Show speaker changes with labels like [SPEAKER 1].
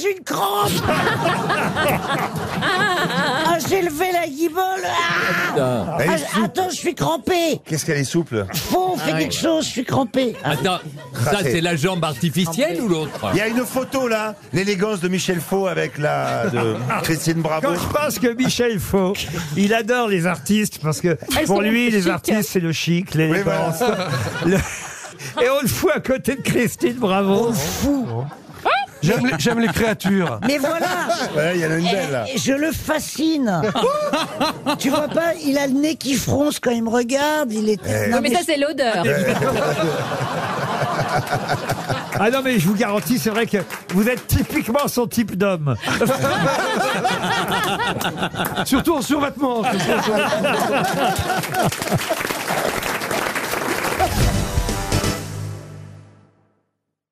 [SPEAKER 1] suis une crampe Ah, J'ai levé la guibole Ah,
[SPEAKER 2] Elle est
[SPEAKER 1] Ah,
[SPEAKER 2] souple.
[SPEAKER 1] Attends, je suis crampé
[SPEAKER 2] Qu'est-ce qu'elle est souple
[SPEAKER 1] Faut, fais quelque chose, je suis crampé
[SPEAKER 3] Attends, Ah, ça c'est la jambe artificielle ou l'autre
[SPEAKER 2] Il y a une photo là, l'élégance de Michel Faux avec la de Christine Bravo.
[SPEAKER 4] Quand je pense que Michel Faux, il adore les artistes parce que pour lui, les artistes, c'est le chic, l'élégance. le- Et on le fout à côté de Christine Bravo.
[SPEAKER 5] J'aime les, j'aime les créatures.
[SPEAKER 1] Mais voilà
[SPEAKER 2] Ouais, il y en a une belle là.
[SPEAKER 1] Je le fascine Tu vois pas, il a le nez qui fronce quand il me regarde, il est... Non,
[SPEAKER 6] mais
[SPEAKER 1] mais
[SPEAKER 6] ça, c'est l'odeur.
[SPEAKER 4] Ah non, mais je vous garantis, c'est vrai que vous êtes typiquement son type d'homme.
[SPEAKER 5] Surtout en survêtement.